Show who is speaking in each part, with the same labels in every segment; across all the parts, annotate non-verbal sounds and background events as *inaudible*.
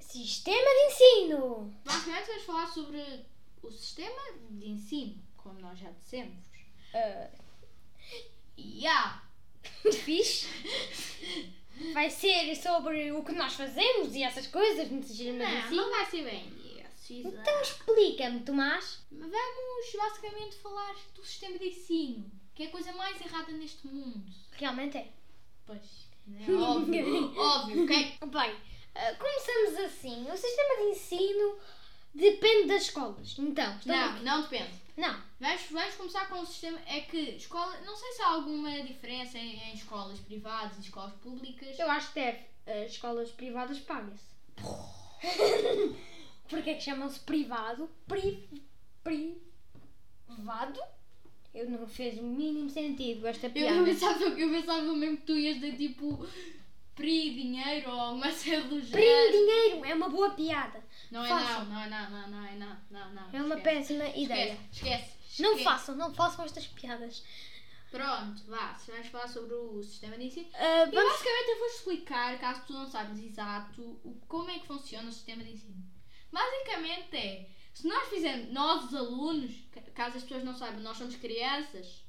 Speaker 1: Sistema de ensino!
Speaker 2: Basicamente vamos falar sobre o sistema de ensino, como nós já dissemos.
Speaker 1: Ah,
Speaker 2: E há
Speaker 1: Fixe! Vai ser sobre o que nós fazemos e essas coisas no sistema de
Speaker 2: Não,
Speaker 1: ensino. é
Speaker 2: não vai ser bem isso. exato.
Speaker 1: Então explica-me, Tomás.
Speaker 2: Mas Vamos basicamente falar do sistema de ensino, que é a coisa mais errada neste mundo.
Speaker 1: Realmente é.
Speaker 2: Pois, né?
Speaker 1: *laughs*
Speaker 2: óbvio, óbvio, ok?
Speaker 1: Bem, ah, começamos assim. O sistema de ensino depende das escolas. Então, estamos
Speaker 2: Não,
Speaker 1: aqui-
Speaker 2: não depende.
Speaker 1: Não.
Speaker 2: Vamos, vamos começar com o sistema. É que escola. Não sei se há alguma diferença em, em escolas privadas e escolas públicas.
Speaker 1: Eu acho que deve. As escolas privadas pagam-se. *laughs* Porque é que chamam-se privado? Pri... Privado? Eu não fez o mínimo sentido esta
Speaker 2: Eu,
Speaker 1: piada.
Speaker 2: pensava, eu pensava mesmo que tu ias dar tipo. PRI dinheiro ou alguma *laughs* cena do
Speaker 1: Primo
Speaker 2: género.
Speaker 1: dinheiro é uma boa piada.
Speaker 2: Não é
Speaker 1: Façam.
Speaker 2: não, não é não, não, não é não, não, não.
Speaker 1: É uma
Speaker 2: esquece.
Speaker 1: péssima ideia.
Speaker 2: Esquece, esquece,
Speaker 1: Não
Speaker 2: esquece.
Speaker 1: façam, não façam estas piadas.
Speaker 2: Pronto, vá, se vamos falar sobre o sistema de ensino.
Speaker 1: Ah,
Speaker 2: Eu
Speaker 1: vamos...
Speaker 2: basicamente eu vou explicar, caso tu não sabes exato, o, como é que funciona o sistema de ensino. Basicamente é, se nós fizermos, nós os alunos, ca- caso as pessoas não saibam, nós somos crianças.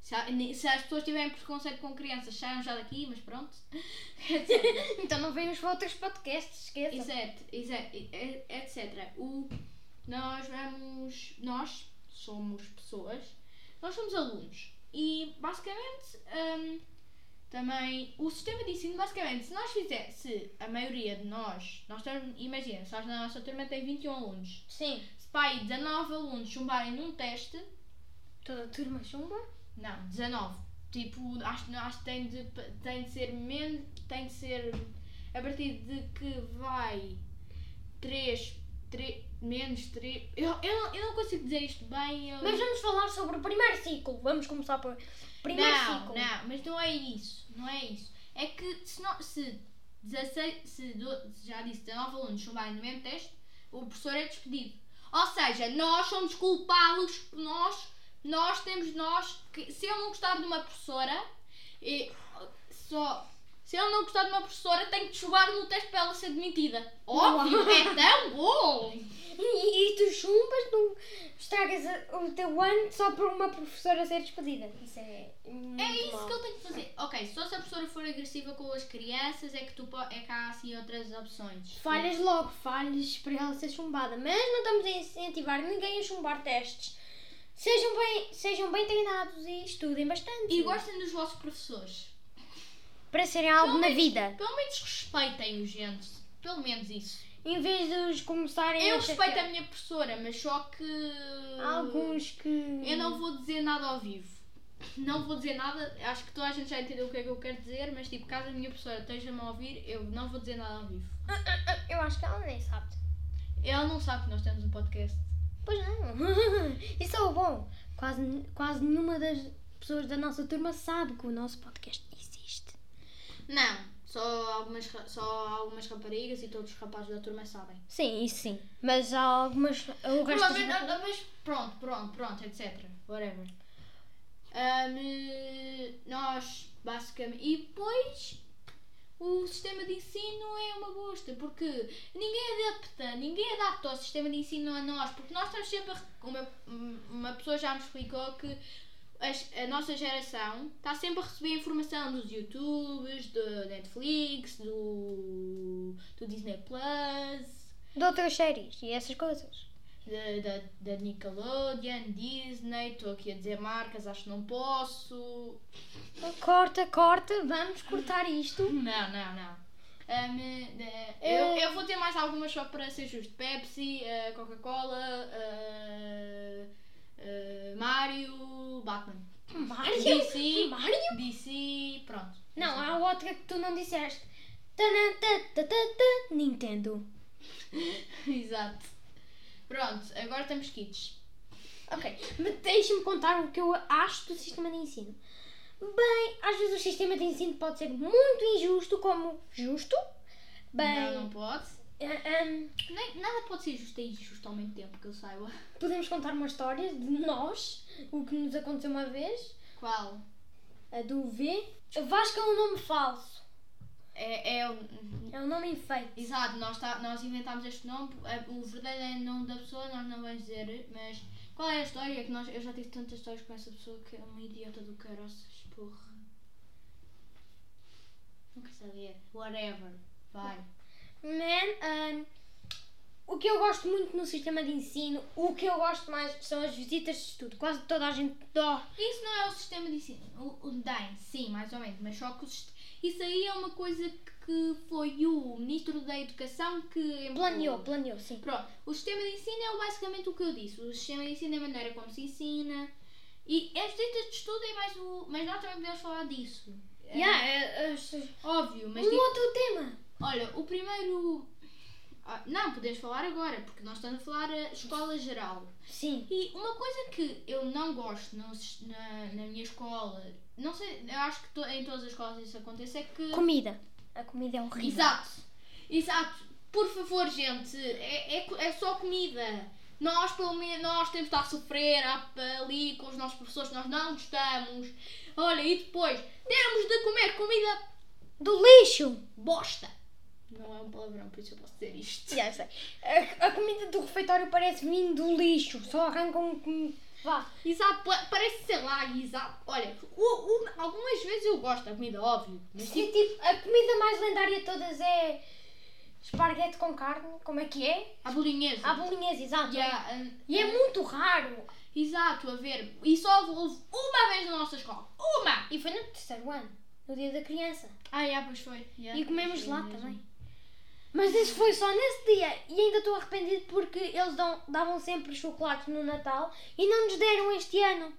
Speaker 2: Se, há- ni- se as pessoas tiverem preconceito com crianças, saiam já daqui, mas pronto.
Speaker 1: Então não venham os outros podcasts, esqueçam.
Speaker 2: etc, etc, e- etc. O, nós vamos. Nós somos pessoas, nós somos alunos. E basicamente hum, também o sistema de ensino, basicamente, se nós fizer, se a maioria de nós, nós temos, imagina, se nós na nossa turma tem 21 alunos,
Speaker 1: Sim.
Speaker 2: se para aí 19 alunos chumbarem num teste,
Speaker 1: Toda a turma chumba.
Speaker 2: não, 19. Tipo, acho, acho que tem de, tem de ser menos. Tem de ser. A partir de que vai 3. 3 menos 3. Eu, eu, não- eu não consigo dizer isto bem. Eu...
Speaker 1: Mas vamos falar sobre o primeiro ciclo. Vamos começar por primeiro
Speaker 2: não,
Speaker 1: ciclo.
Speaker 2: não, mas não é isso. Não é isso. É que se, não, se 16. Se do- já disse 19 alunos chumbarem no mesmo teste, o professor é despedido. Ou seja, nós somos culpados, nós, nós temos nós que se eu não gostar de uma professora, e só se eu não gostar de uma professora, tenho que chubar no teste para ela ser demitida. Óbvio, é tão
Speaker 1: *laughs*
Speaker 2: bom!
Speaker 1: E, e tu chumbas, tu estragas a- o teu ano só por uma professora ser despedida. Isso é.
Speaker 2: É isso que eu tenho que fazer. Ok, só se a professora for agressiva com as crianças é que tu po- é que há assim outras opções.
Speaker 1: Falhas logo, falhas para ela ser chumbada. Mas não estamos a incentivar ninguém a chumbar testes. Sejam bem, sejam bem treinados e estudem bastante.
Speaker 2: E gostem dos vossos professores.
Speaker 1: Para serem algo na vida.
Speaker 2: Pelo menos respeitem-os, gente. Pelo menos isso.
Speaker 1: Em vez de os começarem
Speaker 2: Eu
Speaker 1: a chatear-
Speaker 2: respeito a minha professora, mas só que.
Speaker 1: Há alguns que.
Speaker 2: Eu não vou dizer nada ao vivo. Não vou dizer nada, acho que toda a gente já entendeu o que é que eu quero dizer, mas tipo, caso a minha professora esteja-me a ouvir, eu não vou dizer nada ao vivo.
Speaker 1: Eu acho que ela nem sabe.
Speaker 2: Ela não sabe que nós temos um podcast.
Speaker 1: Pois não. *laughs* Isso é o bom. Quase, quase nenhuma das pessoas da nossa turma sabe que o nosso podcast existe.
Speaker 2: Não, só algumas, ra- só algumas raparigas e todos os rapazes da turma sabem.
Speaker 1: Sim, isso sim. Mas há algumas. O resto.
Speaker 2: Provavelmente, ah, mas pronto, pronto, pronto, etc. Whatever. Ahm, eh, nós, basicamente. E depois, o sistema de ensino é uma bosta, porque ninguém adapta, ninguém adapta o sistema de ensino a nós, porque nós estamos sempre. a re- Uma, uma pessoa já me explicou que as- a nossa geração está sempre a receber informação dos YouTubes, do Netflix, do, do Disney Plus
Speaker 1: De outras séries e essas coisas.
Speaker 2: da, da, da Nickelodeon, Disney, estou aqui a dizer marcas, acho que não posso.
Speaker 1: Corta, corta, vamos cortar isto.
Speaker 2: Não, não, não. Ahm, eh, eu, eu vou ter mais algumas só para ser justo. Pepsi, eh, Coca-Cola, eh, eh, Mario, Batman.
Speaker 1: Mário?
Speaker 2: DC,
Speaker 1: Mario?
Speaker 2: DC, pronto. *laughs*
Speaker 1: Não, há outra que tu não disseste. Tanã, tã, tã, tã, tã, Nintendo.
Speaker 2: Exato. Pronto, agora temos kits.
Speaker 1: Ok, mas deixa-me contar o que eu acho do sistema de ensino. Bem, às vezes o sistema de ensino pode ser muito injusto, como justo. Bem,
Speaker 2: Não, não pode.
Speaker 1: ah, ahm,
Speaker 2: Nem, nada pode ser justo e injusto ao mesmo tempo que eu saiba.
Speaker 1: podemos contar uma história de nós, o que nos aconteceu uma vez,
Speaker 2: Qual?
Speaker 1: a do V. Vasco é um nome falso.
Speaker 2: É, é o-
Speaker 1: É um nome enfeite.
Speaker 2: Exato, nós, tá- nós inventámos este nome, é- o verdadeiro nome da pessoa nós não vamos dizer, mas qual é a história? Que nós, eu já tive tantas histórias com essa pessoa que é uma idiota do caroças, porra. Não quer saber. Whatever. Vai.
Speaker 1: Man, um, o que eu gosto muito no sistema de ensino, o que eu gosto mais são as visitas de estudo. Quase toda a gente dó.
Speaker 2: Isso não é o sistema de ensino. O, o DEM, sim, mais ou menos, mas só que o sist- isso aí é uma coisa que foi o Ministro da Educação que.
Speaker 1: Planeou, planeou, sim.
Speaker 2: Pronto, o sistema de ensino é basicamente o que eu disse. O sistema de ensino é a maneira como se ensina. E as dicas de estudo é mais o. Mas nós também podemos falar disso. É
Speaker 1: Yeah, é- é- é-
Speaker 2: Óbvio, mas
Speaker 1: um
Speaker 2: tipo,
Speaker 1: outro tema.
Speaker 2: olha, o primeiro. Ah, Não, podemos falar agora, porque nós estamos a falar a escola geral.
Speaker 1: Sim.
Speaker 2: E uma coisa que eu não gosto no sis- na, na minha escola, não sei, eu acho que to- em todas as escolas isso acontece, é que.
Speaker 1: Comida. A comida é horrível.
Speaker 2: Exato, exato. Por favor, gente, é, é, co- é só comida. Nós, pelo menos, nós temos de estar a sofrer a- ali com os nossos professores, nós não gostamos. Olha, e depois, temos de comer comida
Speaker 1: Do lixo.
Speaker 2: bosta. Não é um palavrão, por isso eu posso dizer isto.
Speaker 1: Já sei. A, a comida do refeitório parece vinho do lixo. Só arrancam. um com- Vá.
Speaker 2: Exato, pa- parece, sei lá, exato. Olha, o- o- algumas vezes eu gosto da comida, óbvio. Mas
Speaker 1: E, tipo, a comida mais lendária de todas é esparguete com carne, como é que é?
Speaker 2: a bolinhesa.
Speaker 1: À bolinhesa, exato.
Speaker 2: E há, hum,
Speaker 1: E é muito raro.
Speaker 2: Exato, a ver. E só houve uma vez na nossa escola. Uma!
Speaker 1: E foi no terceiro ano, no dia da criança.
Speaker 2: Ah, já, pois foi. Já,
Speaker 1: E comemos
Speaker 2: foi
Speaker 1: lá
Speaker 2: mesmo.
Speaker 1: também. Mas isso foi só nesse dia. E ainda estou arrependido porque eles dão- davam sempre chocolates no Natal e não nos deram este ano.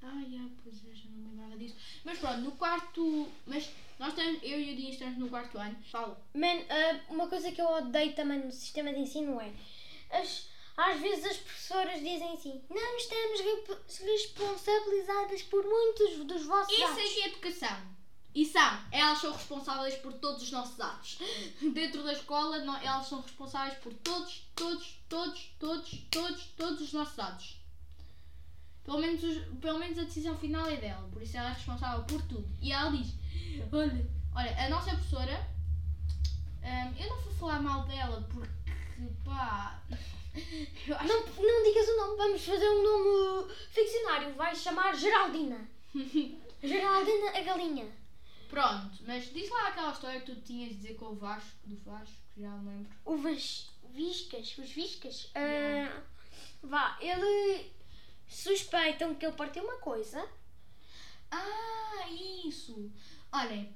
Speaker 2: Ah, já, pois é, já não me lembrava disso. Mas pronto, no quarto. Mas nós estamos, eu e o Dias estamos no quarto ano. Fala.
Speaker 1: Man, ah, uma coisa que eu odeio também no sistema de ensino é as- às vezes as professoras dizem assim: não estamos re- responsabilizadas por muitos dos vossos
Speaker 2: Isso é
Speaker 1: atos.
Speaker 2: que é educação. E são, elas são responsáveis por todos os nossos atos. Dentro da escola, nó- elas são responsáveis por todos, todos, todos, todos, todos, todos os nossos atos. Pelo menos, os- pelo menos a decisão final é dela, por isso ela é responsável por tudo. E ela diz: Olha, olha a nossa professora, hum, eu não vou falar mal dela porque, pá, *laughs* eu acho
Speaker 1: Não, não digas o nome, vamos fazer um nome ficcionário. Vais chamar *laughs* Geraldina. Geraldina a galinha.
Speaker 2: Pronto, mas diz lá aquela história que tu tinhas de dizer com o Vasco, do Vasco, que já me lembro.
Speaker 1: Uvas viscas, os viscas. Ah, vá, ele suspeitam que ele partiu uma coisa.
Speaker 2: Ah, isso! Olhem,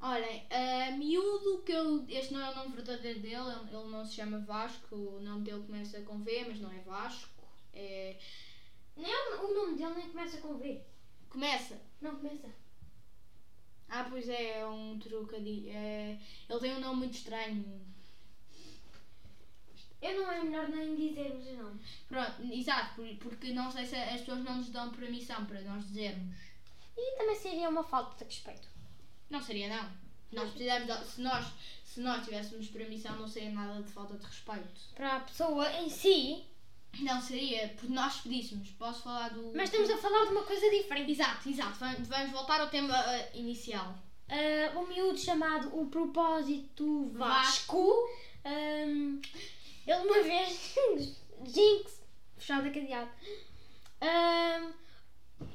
Speaker 2: olhem, a miúdo que eu. Este não é o nome verdadeiro dele, ele ele não se chama Vasco, o nome dele começa com V, mas não é Vasco. É.
Speaker 1: Nem o, o nome dele nem começa com V.
Speaker 2: Começa!
Speaker 1: Não começa.
Speaker 2: Ah, pois é, é um trocadilho. É, ele tem um nome muito estranho.
Speaker 1: Eu não é melhor nem dizer os nomes.
Speaker 2: Pronto, exato, por- porque não sei se as pessoas não nos dão permissão para nós dizermos.
Speaker 1: E também seria uma falta de respeito.
Speaker 2: Não seria, não. Nós precisamos de- se, nós, se nós tivéssemos permissão, não seria nada de falta de respeito.
Speaker 1: Para a pessoa em si,
Speaker 2: Não seria, porque nós pedíssemos. Posso falar do.
Speaker 1: mas estamos a falar de uma coisa diferente.
Speaker 2: Exato, exato. Vamos, vamos voltar ao tema ah, inicial.
Speaker 1: Ah, um miúdo chamado O Propósito Vasco. Ahm, ele uma vez. *laughs* Jinx. Fechado a cadeado. Ahm,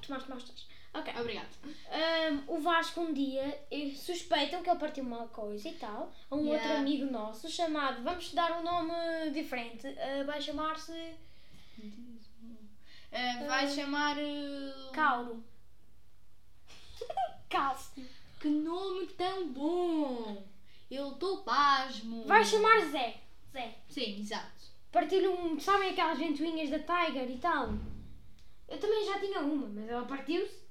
Speaker 1: tomaste mostras. Ok.
Speaker 2: Obrigado.
Speaker 1: Ahm, o Vasco um dia eh, suspeitam que ele partiu uma coisa e tal. A um outro
Speaker 2: Yeah.
Speaker 1: amigo nosso chamado. Vamos dar um nome diferente. ah, vai chamar-se
Speaker 2: Ah, vai
Speaker 1: Uh,
Speaker 2: chamar. ah,
Speaker 1: *laughs* Cauro. Cássio.
Speaker 2: Que nome tão bom! Eu estou pasmo.
Speaker 1: Vai chamar Zé. Zé.
Speaker 2: Sim, exato.
Speaker 1: partilham, sabem aquelas ventoinhas da Tiger e tal? Eu também já tinha uma, mas ela partiu-se.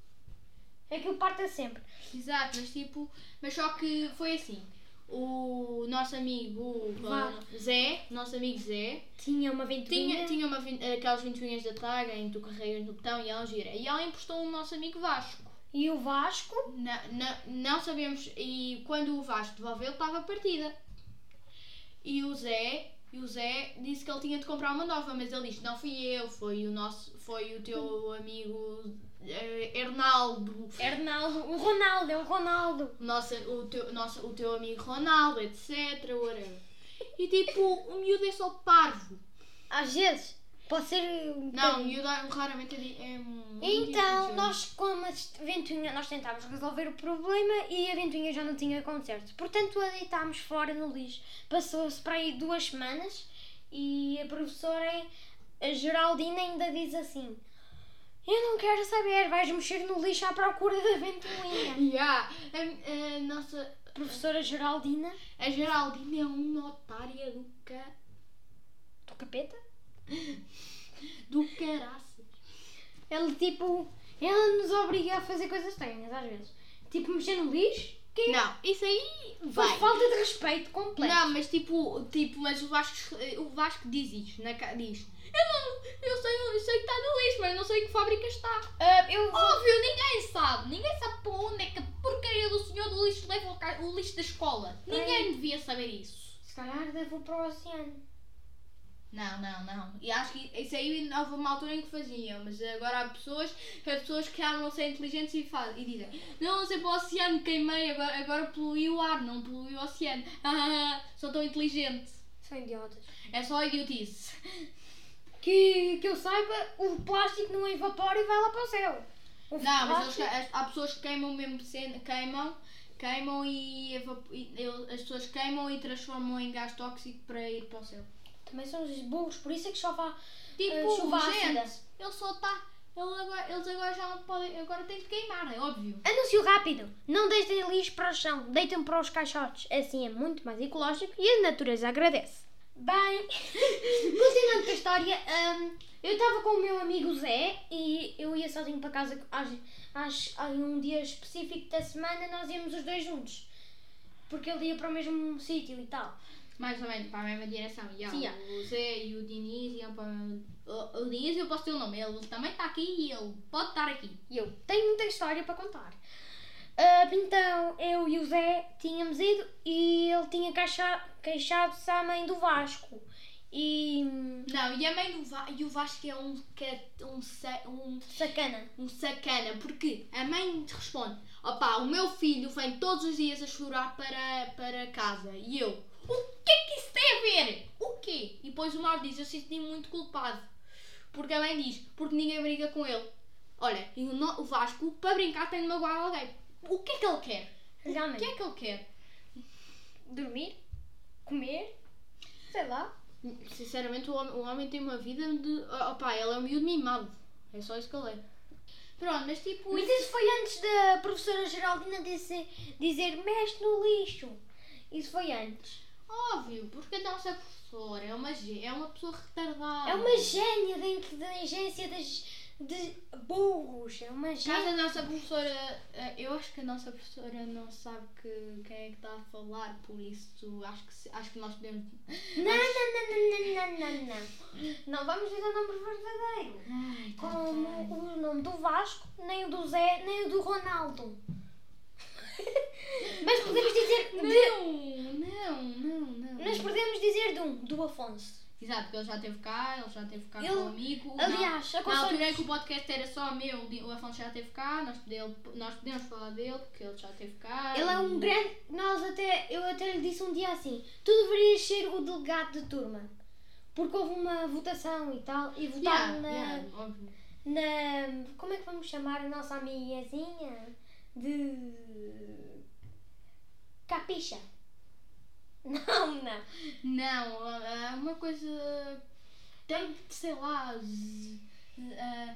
Speaker 1: É Aquilo parta sempre.
Speaker 2: Exato, mas tipo. Mas só que foi assim. O nosso amigo
Speaker 1: Vá. Uhum.
Speaker 2: ah, Zé, nosso amigo Zé,
Speaker 1: Tinha uma ventoinha.
Speaker 2: Tinha, tinha uma, vin- aquelas 20 unhas da Tiger em que tu carregas no botão e ela gira. E ela emprestou o nosso amigo Vasco.
Speaker 1: E o Vasco.
Speaker 2: Na, na- não sabemos. E quando o Vasco devolveu, estava partida. E o Zé E o Zé disse que ele tinha de comprar uma nova, mas ele disse: Não fui eu, foi o nosso, foi o teu amigo eh, Hernaldo.
Speaker 1: Hernaldo, um Ronaldo, é um Ronaldo.
Speaker 2: Nossa, o teu, nossa, o teu amigo Ronaldo, etc. whatever. E tipo, o miúdo é só parvo.
Speaker 1: Às vezes, pode ser. um
Speaker 2: Não, o
Speaker 1: bocadinho-
Speaker 2: miúdo é- raramente é. di- é muito
Speaker 1: Então,
Speaker 2: difícil.
Speaker 1: nós com a ventoinha, nós tentámos resolver o problema e a ventoinha já não tinha concerto. Portanto, a deitámos fora no lixo. Passou-se para aí duas semanas e a professora, a Geraldina, ainda diz assim: Eu não quero saber, vais mexer no lixo à procura da ventoinha.
Speaker 2: Yeah. A, a nossa.
Speaker 1: professora Geraldina,
Speaker 2: A Geraldine é uma otária do, ca,
Speaker 1: do capeta,
Speaker 2: do caraço.
Speaker 1: ela tipo, ela nos obriga a fazer coisas estranhas às vezes. Tipo, mexer no lixo, que é
Speaker 2: Não, isso aí
Speaker 1: foi
Speaker 2: vai.
Speaker 1: falta de respeito completo.
Speaker 2: Não, mas tipo, tipo, mas o Vasco, o Vasco diz isto, na, ca- diz. Eu não, eu sei, eu sei que está no lixo, mas não sei em que fábrica está.
Speaker 1: Ah, eu vou-
Speaker 2: Óbvio, ninguém sabe. Ninguém sabe para onde é que a porcaria do senhor do lixo leva o, ca- o lixo da escola. Ninguém devia saber isso.
Speaker 1: Se calhar devo para o oceano.
Speaker 2: Não, não, não. E acho que isso aí houve uma altura em que faziam, mas agora há pessoas, há pessoas que já não são inteligentes e, fazem, e dizem, não, lancei para o oceano, queimei, agora, agora poluí o ar, não poluí o oceano. *laughs* Ah, sou tão inteligente.
Speaker 1: São idiotas.
Speaker 2: É só idiotice.
Speaker 1: Que, que eu saiba, o plástico não evapora e vai lá para o céu. O
Speaker 2: Não, mas eles,
Speaker 1: plástico-
Speaker 2: as- há pessoas que queimam mesmo cena, queimam, queimam e, evap- e eu- as pessoas queimam e transformam em gás tóxico para ir para o céu.
Speaker 1: Também são os burros, por isso é que só vá.
Speaker 2: Tipo,
Speaker 1: Eh, chuva
Speaker 2: gente,
Speaker 1: ácida.
Speaker 2: ele só está. Ele agora, eles agora já não podem. Agora têm de queimar, é óbvio.
Speaker 1: Anúncio rápido! Não deitem lixo para o chão, deitem para os caixotes. Assim é muito mais ecológico e a natureza agradece. Bem, *laughs* continuando com a história, hum, eu estava com o meu amigo Zé e eu ia sozinho para casa às, às, a um dia específico da semana, nós íamos os dois juntos. Porque ele ia para o mesmo sítio e tal.
Speaker 2: Mais ou menos, para a mesma direção. E, há
Speaker 1: Sim, há.
Speaker 2: o Zé e o Diniz iam para. O, o Diniz, eu posso ter o nome, ele também está aqui e ele pode estar aqui.
Speaker 1: E eu tenho muita história para contar. Ah, então, eu e o Zé tínhamos ido e ele tinha queixa- queixado-se à mãe do Vasco. E. hum,
Speaker 2: Não, e a mãe do Va e o Vasco é um, cat- um, se- um
Speaker 1: Sacana.
Speaker 2: um sacana, porque a mãe te responde: opá, o meu filho vem todos os dias a chorar para, para casa. E eu: o que é que isso tem a ver? O quê? E depois o Mauro diz: eu sinto-me muito culpado. Porque a mãe diz: porque ninguém briga com ele. Olha, e o, no- o Vasco, para brincar, tem de magoar alguém. O que é que ele quer? O que
Speaker 1: Realmente.
Speaker 2: é que ele quer?
Speaker 1: Dormir, comer, sei lá.
Speaker 2: Sinceramente, o homem, o homem tem uma vida de. opá, ele é um miúdo mimado. É só isso que ele é. Pronto, mas tipo.
Speaker 1: Mas isso foi antes da professora Geraldina dizer, dizer mexe no lixo. Isso foi antes.
Speaker 2: Óbvio, porque a nossa professora é uma, gê- é uma pessoa retardada.
Speaker 1: É uma gênia da inteligência das, de burros. É uma
Speaker 2: Caso
Speaker 1: gênia.
Speaker 2: a nossa professora. eh, Eu acho que a nossa professora não sabe que, quem é que está a falar, por isso acho que, se- acho que nós podemos.
Speaker 1: Não, não, não, não, não, não, não. Não vamos dizer o nome verdadeiro.
Speaker 2: Ai, tá bem.
Speaker 1: Como o nome do Vasco, nem o do Zé, nem o do
Speaker 2: *laughs*
Speaker 1: Ronaldo. Mas podemos dizer. De,
Speaker 2: Não, não, não, não.
Speaker 1: nós podemos dizer de um, do Afonso.
Speaker 2: Exato, porque ele já esteve cá, ele já esteve cá
Speaker 1: Ele-
Speaker 2: com um amigo.
Speaker 1: Aliás,
Speaker 2: não, na altura em
Speaker 1: aconselho.
Speaker 2: que o podcast era só meu, o Afonso já esteve cá, nós, dele, nós podemos falar dele, porque ele já esteve cá.
Speaker 1: Ele é um
Speaker 2: e-
Speaker 1: grande. Nós até. Eu até lhe disse um dia assim: tu deverias ser o delegado de turma. Porque houve uma votação e tal. E votaram
Speaker 2: Yeah,
Speaker 1: na,
Speaker 2: yeah, óbvio.
Speaker 1: na. Como é que vamos chamar a nossa amiguinha? De. Capixa. *laughs* Não, não.
Speaker 2: Não, é uma coisa. Tem que, sei lá. z- eh,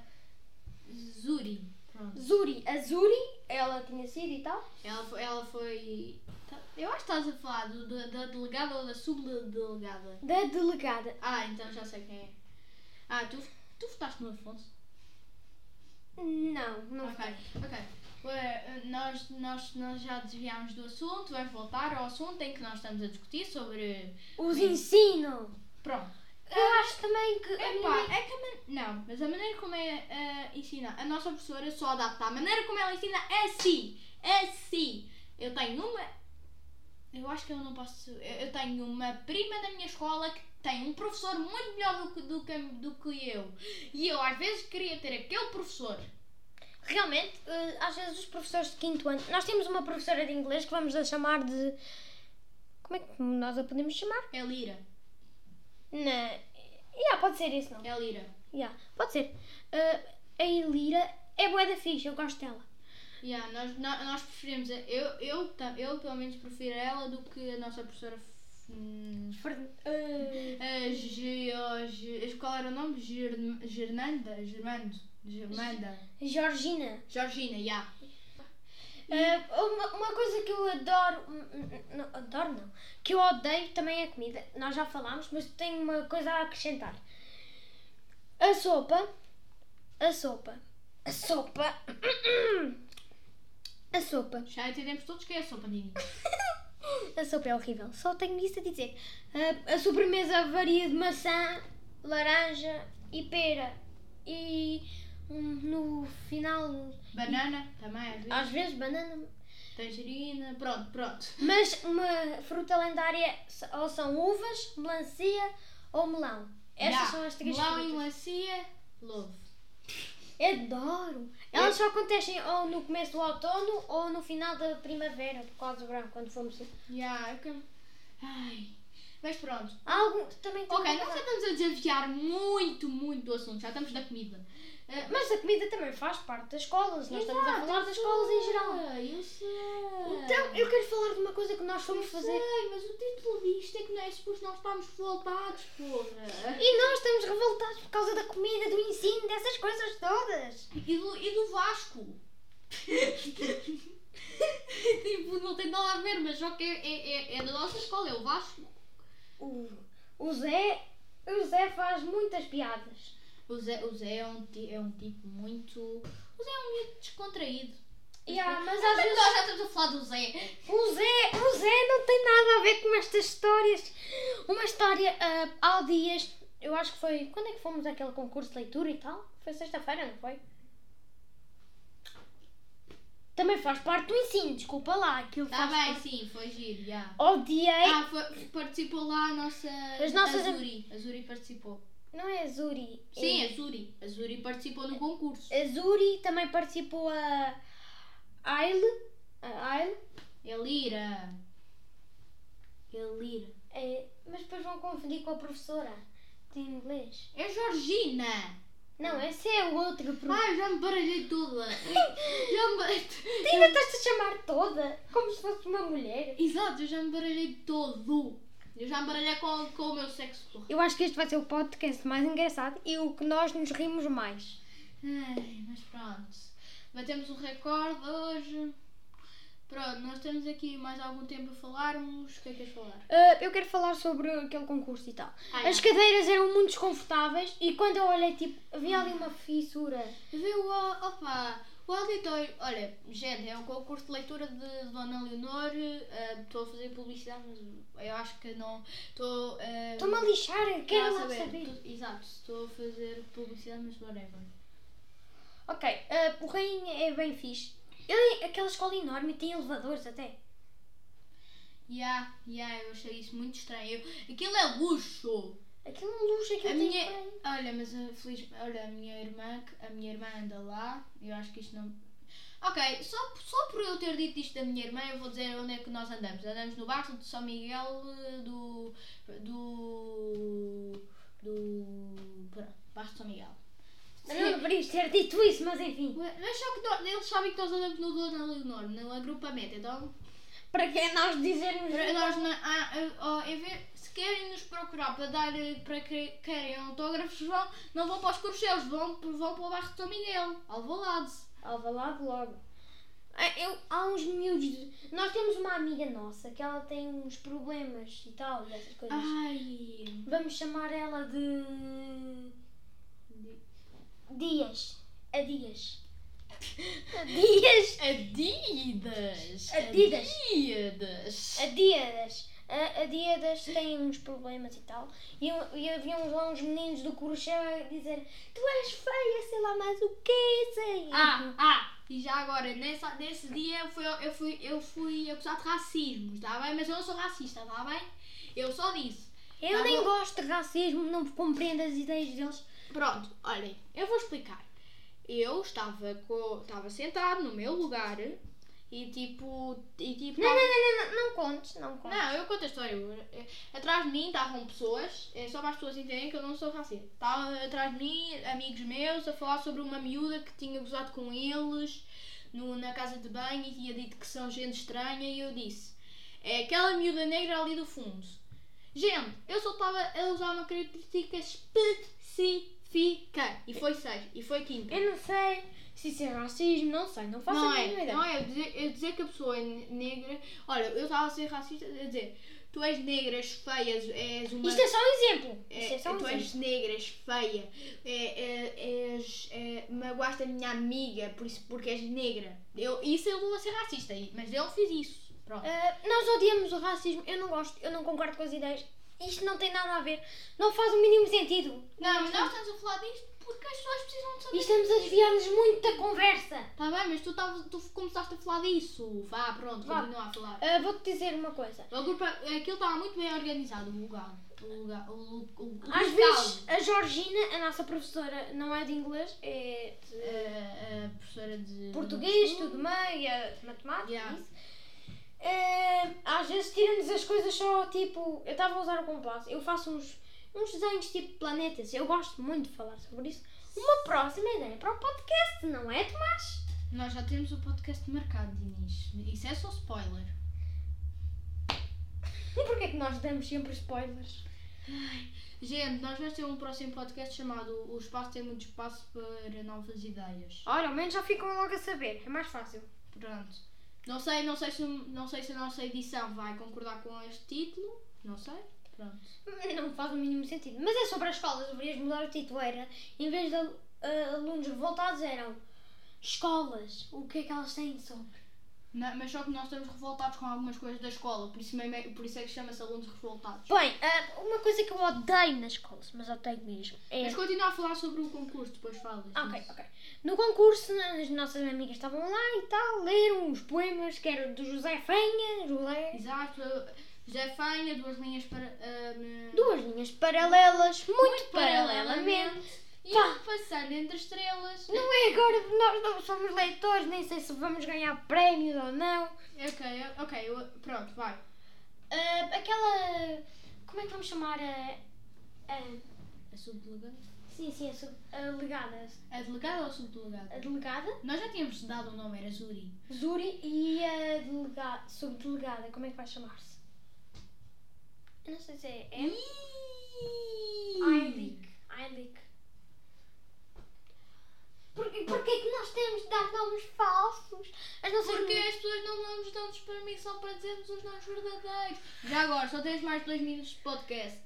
Speaker 2: Zuri. Pronto.
Speaker 1: Zuri, a Zuri, ela tinha sido e tal.
Speaker 2: Ela foi. Ela foi tá- eu acho que estás a falar do- da, da delegada ou da subdelegada.
Speaker 1: Da delegada.
Speaker 2: Ah, então já sei quem é. Ah, tu, tu votaste no Afonso?
Speaker 1: Não, não
Speaker 2: Ok, ok. Ué, Nós, nós, nós já desviámos do assunto, vamos voltar ao assunto em que nós estamos a discutir sobre.
Speaker 1: Os ensino.
Speaker 2: Pronto.
Speaker 1: Eu acho também que. a
Speaker 2: Ah. Epá,
Speaker 1: minha-
Speaker 2: é que a man... Não, mas a maneira como é eh, ensina, a nossa professora só adapta a maneira como ela ensina é assim. É assim. Eu tenho uma. Eu acho que eu não posso. Eu eu tenho uma prima da minha escola que tem um professor muito melhor do que, do, que, do que eu. E eu às vezes queria ter aquele professor.
Speaker 1: Realmente, eh, às vezes os professores de quinto ano. Nós temos uma professora de inglês que vamos a chamar de. Como é que nós a podemos chamar?
Speaker 2: É Lira.
Speaker 1: Na. Yeah, pode ser esse nome.
Speaker 2: É Lira.
Speaker 1: Yeah, pode ser. Eh, a Elira é boa da fixe, eu gosto dela.
Speaker 2: Yeah, nós, nó- nós preferimos. a- Eu, eu, ta- eu pelo menos prefiro ela do que a nossa professora. F- hum,
Speaker 1: Fern- eh,
Speaker 2: A G, oh, G- qual era o nome? Germ- Gernanda? Germando? Germanda?
Speaker 1: Georgina.
Speaker 2: Georgina, já.
Speaker 1: Eh, uma, uma coisa que eu adoro, hum, hum, não, adoro não, que eu odeio também é a comida. Nós já falámos, mas tenho uma coisa a acrescentar. A sopa, a sopa, a sopa, *coughs* a sopa,
Speaker 2: Já entendemos todos que é a sopa, Nini.
Speaker 1: a sopa é horrível. Só tenho isso a dizer. Ah, A, a sobremesa varia de maçã, laranja e pera. E hum, no final,
Speaker 2: Banana, também às vezes.
Speaker 1: às vezes banana,
Speaker 2: Tangerina, pronto, pronto.
Speaker 1: Mas uma fruta lendária s- ou são uvas, melancia ou melão.
Speaker 2: Já.
Speaker 1: Estas são as três
Speaker 2: Melão e
Speaker 1: frutas.
Speaker 2: melancia, louve.
Speaker 1: Adoro! Elas só acontecem ou no começo do outono ou no final da primavera, por causa do verão, quando fomos.
Speaker 2: Já,
Speaker 1: é
Speaker 2: eu que- Ai. Mas pronto.
Speaker 1: Há algum. Também tem
Speaker 2: Ok, nós
Speaker 1: uma
Speaker 2: já
Speaker 1: coisa-
Speaker 2: estamos a desafiar muito, muito do assunto. Já estamos da comida. Ah,
Speaker 1: Mas a comida também faz parte das escolas. Nós estamos a
Speaker 2: Exato,
Speaker 1: falar
Speaker 2: eu
Speaker 1: das escolas em
Speaker 2: sei,
Speaker 1: geral.
Speaker 2: Eu sei.
Speaker 1: Então, eu quero falar de uma coisa que nós fomos fazer.
Speaker 2: Sei, mas o título disto é que não é suposto nós estamos revoltados, porra.
Speaker 1: E nós estamos revoltados por causa da comida, do ensino, dessas coisas todas.
Speaker 2: E do, e do Vasco. *laughs* tipo, não tem nada a ver, mas só que é, é, é- é da nossa escola, é o Vasco.
Speaker 1: O, o Zé. O Zé faz muitas piadas.
Speaker 2: O Zé, o Zé é, um, ti- é um tipo muito. O Zé é um miúdo descontraído.
Speaker 1: Yeah, mas às
Speaker 2: Nós
Speaker 1: vezes
Speaker 2: já estamos a falar do Zé.
Speaker 1: o Zé, o Zé não tem nada a ver com estas histórias. Uma história ah, há dias, eu acho que foi. Quando é que fomos àquele concurso de leitura e tal? Foi sexta-feira, não foi? Também faz parte do ensino, desculpa lá. Aquilo
Speaker 2: Está
Speaker 1: faz
Speaker 2: Tá bem,
Speaker 1: parte.
Speaker 2: sim, foi giro, já.
Speaker 1: Odiei.
Speaker 2: Ah, foi- participou lá a nossa.
Speaker 1: As nossas-
Speaker 2: A Zuri. A Zuri participou.
Speaker 1: Não é Azuri.
Speaker 2: Sim, a Zuri. A Zuri participou no concurso.
Speaker 1: É, Azuri também participou a. Aile. A Aile.
Speaker 2: É Lira. É Lira.
Speaker 1: É, mas depois vão confundir com a professora de inglês.
Speaker 2: É Georgina.
Speaker 1: Não, esse é o outro professor.
Speaker 2: Ai, já me baralhei toda. já me baralhei.
Speaker 1: Tu inventaste a chamar toda, como se fosse uma mulher.
Speaker 2: Exato, eu já me baralhei todo. Eu já me baralhei com, com o meu sexo. porra.
Speaker 1: Eu acho que este vai ser o podcast mais engraçado e o que nós nos rimos mais.
Speaker 2: Ai, mas pronto. Batemos o recorde hoje. Pronto, nós temos aqui mais algum tempo a falarmos. O que é que és falar?
Speaker 1: Ah, eu quero falar sobre aquele concurso e tal.
Speaker 2: Ah,
Speaker 1: As
Speaker 2: é.
Speaker 1: cadeiras eram muito desconfortáveis e quando eu olhei, tipo, havia ali uma fissura.
Speaker 2: Vê o, opa, o auditório. Olha, gente, é um concurso de leitura de Dona Leonor. eh, Estou a fazer publicidade, mas eu acho que não. Estou. eh,
Speaker 1: Estou-me a lixar, quero
Speaker 2: não
Speaker 1: lá
Speaker 2: a
Speaker 1: saber.
Speaker 2: Tô- Exato, estou a fazer publicidade, mas whatever.
Speaker 1: Ok, ah, o rainha é bem fixe. Ele, aquela escola enorme tem elevadores até.
Speaker 2: Ya, ya, eu achei isso muito estranho. Eu- aquilo é luxo!
Speaker 1: Aquilo é um luxo, aquilo
Speaker 2: A
Speaker 1: tem
Speaker 2: minha,
Speaker 1: bem.
Speaker 2: olha, mas eh, feliz, olha, a minha irmã, que- a minha irmã anda lá. Eu acho que isto não. Ok, só, só por eu ter dito isto da minha irmã, eu vou dizer onde é que nós andamos. Andamos no barco de São Miguel eh, do. do. do. pronto, barco de São Miguel.
Speaker 1: Mas Não deverias ter dito isso, mas enfim.
Speaker 2: Mas mas só que nós, eles sabem que nós andamos no Dona Leonor, no agrupamento, então
Speaker 1: Para que é nós dizermos.
Speaker 2: Para nós na- ah, ah, ah, em vez- se querem nos procurar para dar eh, para que querem autógrafos, vão, não vão para os Corcheus, vão, vão para o bairro de São Miguel, Alvalade.
Speaker 1: Alvalade logo. Ah, Eu, há uns miúdos. de- Nós temos uma amiga nossa que ela tem uns problemas e tal, e essas coisas.
Speaker 2: Ah. Ai.
Speaker 1: Vamos chamar ela de. Dias. A Dias. *laughs* A Dias.
Speaker 2: Adidas.
Speaker 1: Adidas.
Speaker 2: Adidas.
Speaker 1: A Dias. A, a Dias tem uns problemas e tal. E, eu- e havia uns lá uns meninos do crochê a dizer: Tu és feia, sei lá mais o que, sei.
Speaker 2: Ah, ah. E já agora, nessa, nesse dia eu fui, eu, fui, eu fui acusado de racismo, está bem? Mas eu não sou racista, está bem? Eu só disse.
Speaker 1: Eu
Speaker 2: Tá
Speaker 1: nem
Speaker 2: bom.
Speaker 1: gosto de racismo, não compreendo as ideias deles.
Speaker 2: Pronto, olhem, eu vou explicar. Eu estava, co... estava sentado no meu lugar e tipo. E, tipo
Speaker 1: Não, não, não, não, não, não contes, não contes.
Speaker 2: Não, eu conto a história. Eu- Atrás de mim estavam pessoas, é só para as pessoas entenderem que eu não sou racista. Estavam atrás de mim amigos meus a falar sobre uma miúda que tinha gozado com eles no- na casa de banho e tinha dito que são gente estranha e eu disse: é aquela miúda negra ali do fundo. Gente, eu só estava a usar uma característica específica. E foi seis, e foi quinta.
Speaker 1: Eu não sei se isso é racismo, não sei, não faço
Speaker 2: Não
Speaker 1: a
Speaker 2: é,
Speaker 1: mínima ideia.
Speaker 2: não é. Eu dizer, eu dizer que a pessoa é ne- negra. Olha, eu estava a ser racista a dizer: tu és negra, és feia, és- és uma.
Speaker 1: Isto é só um exemplo.
Speaker 2: é,
Speaker 1: Isto é só um
Speaker 2: tu
Speaker 1: exemplo.
Speaker 2: és negra, és feia, é, é, és, é, magoaste a minha amiga por isso, porque és negra. Eu, isso eu vou ser racista, e- mas eu fiz isso. Pronto.
Speaker 1: Ah, nós odiamos o racismo, eu não gosto, eu não concordo com as ideias. Isto não tem nada a ver, não faz o mínimo sentido.
Speaker 2: Não, mas nós estamos a falar disto porque as pessoas precisam de
Speaker 1: E
Speaker 2: saber.
Speaker 1: estamos a desviar-nos é- muito da conversa.
Speaker 2: Tá bem, mas tu, tavas- tu começaste a falar disso. Vá, pronto,
Speaker 1: Vá.
Speaker 2: continua a falar.
Speaker 1: Ah, Vou-te dizer uma coisa.
Speaker 2: O grupo, é, aquilo estava muito bem organizado, o lugar. O lugar. O, lu- o, o
Speaker 1: Às
Speaker 2: local.
Speaker 1: vezes a Georgina, a nossa professora, não é de inglês, é de
Speaker 2: a professora de
Speaker 1: português, tudo meio, é de matemática,
Speaker 2: Yeah.
Speaker 1: isso. Eh, às vezes tira-nos as coisas só tipo. Eu estava a usar o compasso, eu faço uns, uns desenhos tipo planetas, eu gosto muito de falar sobre isso. Uma próxima ideia para o podcast, não é, Tomás?
Speaker 2: Nós já temos o podcast marcado, Dinis. Isso é só spoiler.
Speaker 1: E porquê é que nós damos sempre spoilers?
Speaker 2: Gente, nós vamos ter um próximo podcast chamado O Espaço Tem Muito Espaço para Novas Ideias.
Speaker 1: Ora, ao menos já ficam logo a saber, é mais fácil.
Speaker 2: Pronto. Não sei, não sei se, não sei se a nossa edição vai concordar com este título. Não sei. Pronto.
Speaker 1: Não faz o mínimo sentido. Mas é sobre as escolas, deverias mudar o título. Era, em vez de alu- ah, alunos revoltados, eram escolas. O que é que elas têm sobre?
Speaker 2: Não, mas só que nós estamos revoltados com algumas coisas da escola, por isso, mesmo é- por isso é que chama-se alunos revoltados.
Speaker 1: Bem, ah, uma coisa que eu odeio nas escolas, mas odeio mesmo, é.
Speaker 2: Mas continua a falar sobre o concurso, depois falas.
Speaker 1: Ah, Ok,
Speaker 2: Dinis.
Speaker 1: ok. No concurso, as nossas amigas estavam lá e tal, leram os poemas que eram do José Fenha, José.
Speaker 2: Exato. José Fenha, duas linhas para. ahm,
Speaker 1: Duas linhas paralelas, muito, paralelamente.
Speaker 2: paralelamente. E
Speaker 1: Pá.
Speaker 2: passando entre estrelas.
Speaker 1: Não é agora, nós não somos leitores, nem sei se vamos ganhar prémios ou não.
Speaker 2: Ok, ok, eu- pronto, vai.
Speaker 1: Ah, aquela. Como é que vamos chamar a. a-
Speaker 2: A subdelegada?
Speaker 1: sim, sim, a, sub- a legada.
Speaker 2: A delegada É ou a subdelegada?
Speaker 1: A delegada?
Speaker 2: Nós já tínhamos dado o nome, era Zuri.
Speaker 1: Zuri e a delegada. Subdelegada, como é que vai chamar-se? Eu não sei se é. M. Aylik. Aylik. Porquê, porquê é que nós temos de dar nomes falsos? As nossas
Speaker 2: Porque
Speaker 1: meninas-
Speaker 2: as pessoas não, não nos dão permissão para dizermos os nomes verdadeiros. Já agora, só tens mais dois minutos de podcast.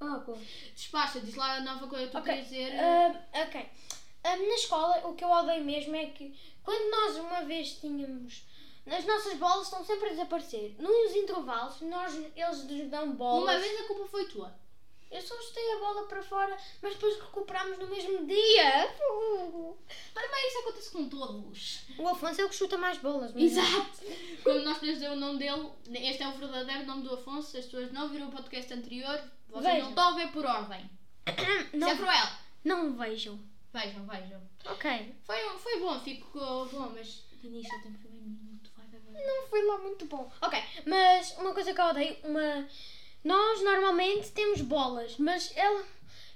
Speaker 1: Ah, bom.
Speaker 2: Despacha, diz lá a nova coisa que tu
Speaker 1: Ok, Ah,
Speaker 2: queres dizer.
Speaker 1: Ahm, ok. Ahm, na escola, o que eu odeio mesmo é que quando nós uma vez tínhamos. As nossas bolas estão sempre a desaparecer. Nos intervalos, nós, eles nos dão bolas.
Speaker 2: Uma vez a culpa foi tua.
Speaker 1: Eu só chutei a bola para fora, mas depois recuperámos no mesmo dia. Fogo.
Speaker 2: Também isso acontece com todos.
Speaker 1: O Afonso é o que chuta mais bolas, não é?
Speaker 2: Exato. Como nós podemos dizer o nome dele, este é o verdadeiro nome do Afonso. Se as pessoas não viram o podcast anterior, vocês
Speaker 1: Vejam.
Speaker 2: não estão a ver por ordem. Isso é
Speaker 1: *coughs* Não,
Speaker 2: cruel.
Speaker 1: não vejam.
Speaker 2: Vejam, vejam.
Speaker 1: Ok.
Speaker 2: Foi, um, foi bom, ficou bom, mas Denise, eu tenho que ver um minuto, vai, vai, vai.
Speaker 1: Não foi lá muito bom. Ok, mas uma coisa que eu odeio, uma. Nós normalmente temos bolas, mas ela-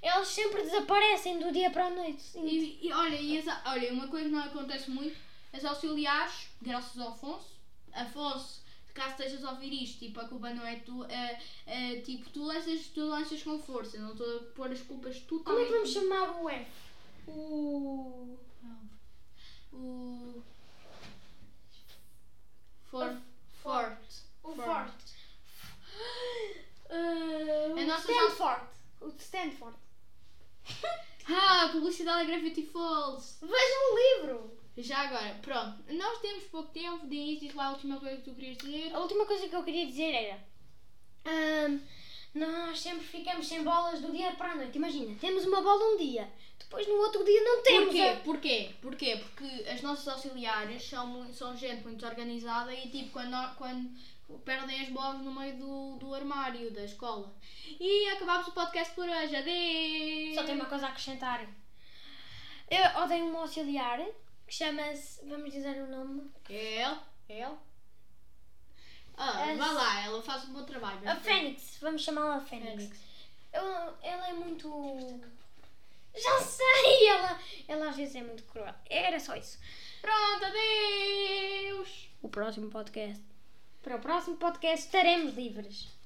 Speaker 1: elas sempre desaparecem do dia para a noite.
Speaker 2: E, e olha, e essa- olha, uma coisa que não acontece muito, as auxiliares, graças ao Afonso, Afonso, caso estejas a ouvir isto, tipo, a culpa não é tu, é, é, tipo, tu lanças, tu lanças com força, não estou a pôr as culpas totalmente.
Speaker 1: Como é que vamos chamar o F? O.
Speaker 2: O... For... Forte.
Speaker 1: O
Speaker 2: Forte.
Speaker 1: Forte. Uh,
Speaker 2: É
Speaker 1: o
Speaker 2: nosso
Speaker 1: Stanford. O de Stanford.
Speaker 2: Ah, publicidade a Gravity Falls.
Speaker 1: Vejam o livro!
Speaker 2: Já agora, pronto, nós temos pouco tempo, diz, diz lá a última coisa que tu querias dizer.
Speaker 1: A última coisa que eu queria dizer era. ahm, nós sempre ficamos sem bolas do dia para a noite. Imagina, temos uma bola um dia, depois no outro dia não temos.
Speaker 2: Porquê?
Speaker 1: a-
Speaker 2: Porquê? Porquê? Porque as nossas auxiliares são, mui- são gente muito organizada e tipo, quando, nó- quando, perdem as bolas no meio do, do armário da escola. E acabámos o podcast por hoje. Adeus!
Speaker 1: Só tenho uma coisa a acrescentar. Eu odeio um auxiliar que chama-se. Vamos dizer o nome.
Speaker 2: É ele? É ele? Ah,
Speaker 1: As-
Speaker 2: vai lá, ela faz um bom trabalho.
Speaker 1: A Fênix. Vamos chamá-la Fênix.
Speaker 2: Fênix.
Speaker 1: Eu- ela é muito. Já sei! Ela, ela às vezes é muito cruel. Era só isso.
Speaker 2: Pronto, adeus!
Speaker 1: O próximo podcast. Para o próximo podcast estaremos livres.